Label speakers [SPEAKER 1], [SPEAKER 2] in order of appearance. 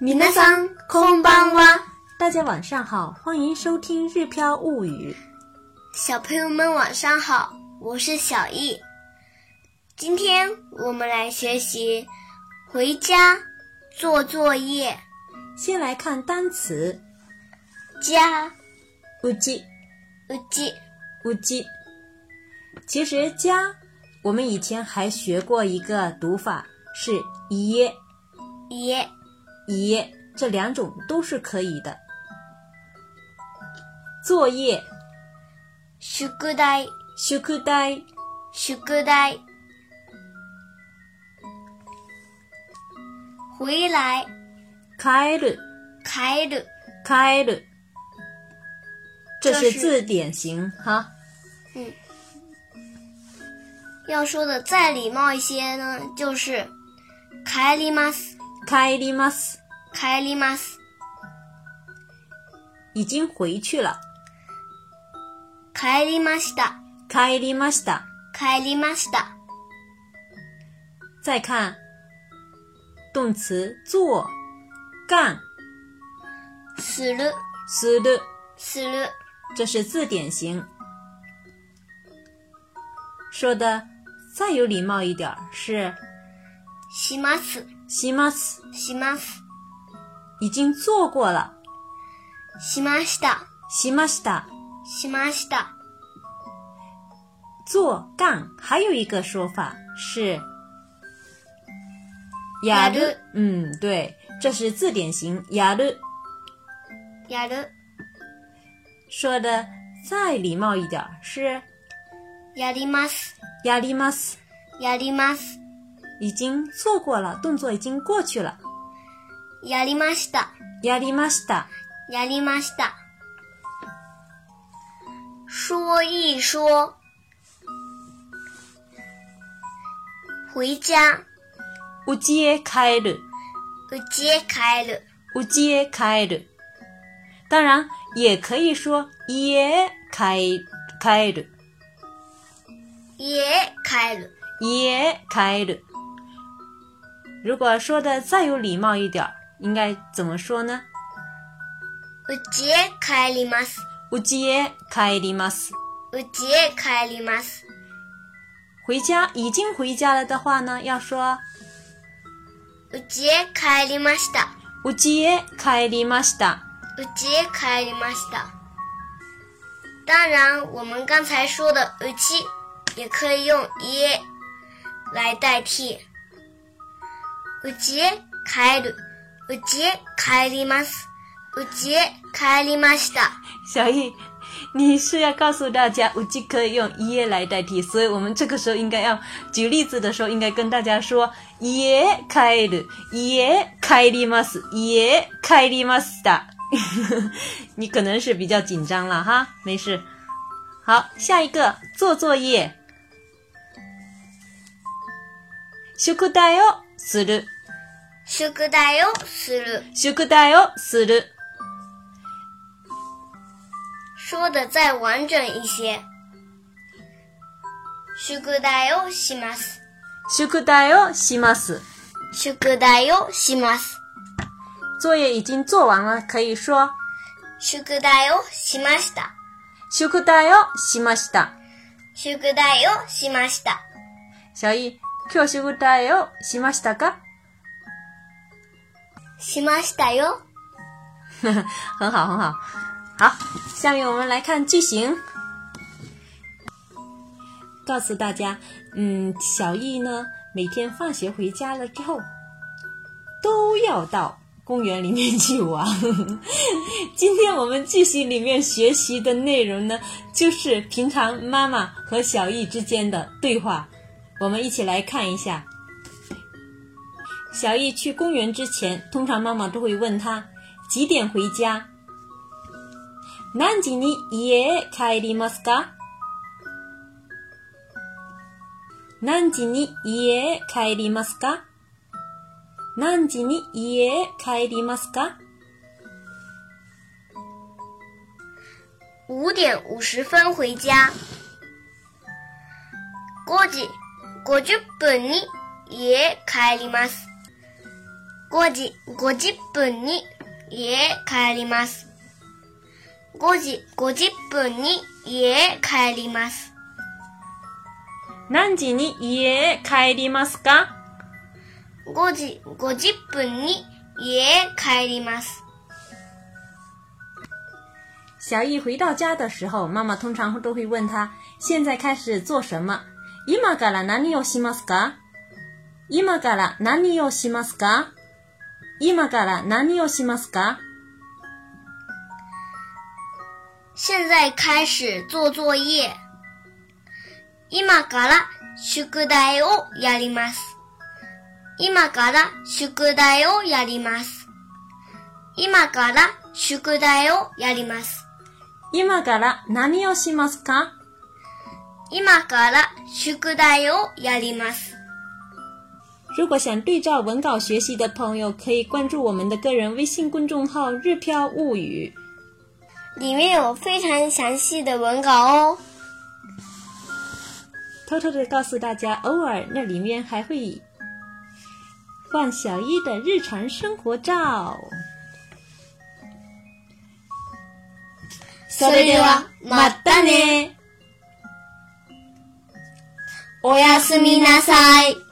[SPEAKER 1] 皆さんこんばんは。
[SPEAKER 2] 大家晚上好，欢迎收听《日飘物语》。
[SPEAKER 1] 小朋友们晚上好，我是小易。今天我们来学习回家做作业。
[SPEAKER 2] 先来看单词：
[SPEAKER 1] 家呃
[SPEAKER 2] 乌鸡
[SPEAKER 1] うち
[SPEAKER 2] 乌鸡。其实“家”我们以前还学过一个读法是“一耶
[SPEAKER 1] 家
[SPEAKER 2] 一耶”，这两种都是可以的。作业
[SPEAKER 1] 宿題
[SPEAKER 2] 宿題
[SPEAKER 1] 宿題回来
[SPEAKER 2] 帰る
[SPEAKER 1] 帰る
[SPEAKER 2] 帰る，这
[SPEAKER 1] 这
[SPEAKER 2] 是
[SPEAKER 1] 是
[SPEAKER 2] 字典型哈。
[SPEAKER 1] 嗯，要说的再礼貌一些呢，就是帰ります
[SPEAKER 2] 帰ります
[SPEAKER 1] 帰ります
[SPEAKER 2] 已经回去了。
[SPEAKER 1] 帰りました
[SPEAKER 2] 帰りました。
[SPEAKER 1] 帰りました
[SPEAKER 2] 再看动词做、干、
[SPEAKER 1] する
[SPEAKER 2] する，
[SPEAKER 1] する
[SPEAKER 2] 这是字典型。说的再有礼貌一点儿是
[SPEAKER 1] します
[SPEAKER 2] します，
[SPEAKER 1] します
[SPEAKER 2] 已经做过了。
[SPEAKER 1] しました
[SPEAKER 2] しました。
[SPEAKER 1] しました
[SPEAKER 2] 做干还有一个说法是
[SPEAKER 1] や
[SPEAKER 2] や
[SPEAKER 1] る
[SPEAKER 2] る。嗯，对，这是字典型やる。
[SPEAKER 1] やる
[SPEAKER 2] 说的再礼貌一点儿是
[SPEAKER 1] やります
[SPEAKER 2] やります。
[SPEAKER 1] やります
[SPEAKER 2] 已经做过了，动作已经过去了。
[SPEAKER 1] やりました
[SPEAKER 2] やりました。
[SPEAKER 1] やりました说一说回家
[SPEAKER 2] うちへ帰る。
[SPEAKER 1] うちへ帰る
[SPEAKER 2] うちへ帰る。当然，也可以说家へ帰帰る。
[SPEAKER 1] 家へ帰る
[SPEAKER 2] 家へ帰る。如果说的再有礼貌一点儿，应该怎么说呢？
[SPEAKER 1] うちへ帰ります
[SPEAKER 2] うちへ帰ります。
[SPEAKER 1] うちへ帰ります
[SPEAKER 2] 回家已经回家了的话呢，要说
[SPEAKER 1] うちへ帰りました
[SPEAKER 2] うちへ帰りました。
[SPEAKER 1] うちへ帰りました。当然，我们刚才说的“うち”也可以用“家”来代替。うちへ帰る、うちへ帰ります、うちへ帰りました。
[SPEAKER 2] 小易，你是要告诉大家，无忌可以用耶来代替，所以我们这个时候应该要举例子的时候，应该跟大家说耶开る、耶开ります、耶开りました。 你可能是比较紧张了哈，没事。好，下一个做作业。宿題をする。
[SPEAKER 1] 宿題をする。
[SPEAKER 2] 宿題をする。
[SPEAKER 1] 说的再完整一些。宿題をします。
[SPEAKER 2] 宿題をします。
[SPEAKER 1] 宿題をします。
[SPEAKER 2] 作业已经做完了，可以说
[SPEAKER 1] 宿題をしました。
[SPEAKER 2] 宿題をしました。
[SPEAKER 1] 宿題をしました。
[SPEAKER 2] 小易，今日宿題をしましたか？
[SPEAKER 1] しましたよ。
[SPEAKER 2] 很好，很好。好，下面我们来看句型。告诉大家，嗯，小易呢，每天放学回家了之后，都要到公园里面去玩。 今天我们句型里面学习的内容呢，就是平常妈妈和小易之间的对话。我们一起来看一下。小易去公园之前，通常妈妈都会问他几点回家。何時に家へ帰りますか？何時に家へ帰りますか？何時に家へ帰りますか？
[SPEAKER 1] 五点五十分回家。5時50分に家へ帰ります。 5時50分に家へ帰ります。5時50分に家へ帰ります。
[SPEAKER 2] 何時に家へ帰りますか
[SPEAKER 1] 5時50分に家へ帰ります。
[SPEAKER 2] 小易回到家的时候，妈妈通常都会问他现在开始做什么。今から何をしますか？今から何をしますか？今から何をしますか？
[SPEAKER 1] 现在开始做作业。今から宿題をやります。今から宿題をやります。今から宿題をやります。
[SPEAKER 2] 今から何をしますか？
[SPEAKER 1] 今から宿題をやります。
[SPEAKER 2] 如果想对照文稿学习的朋友，可以关注我们的个人微信公众号“日飘物语
[SPEAKER 1] 里面有非常详细的文稿哦。”。
[SPEAKER 2] 偷偷的告诉大家，偶尔那里面还会放小一的日常生活照。
[SPEAKER 1] それではまたね。おやすみなさい。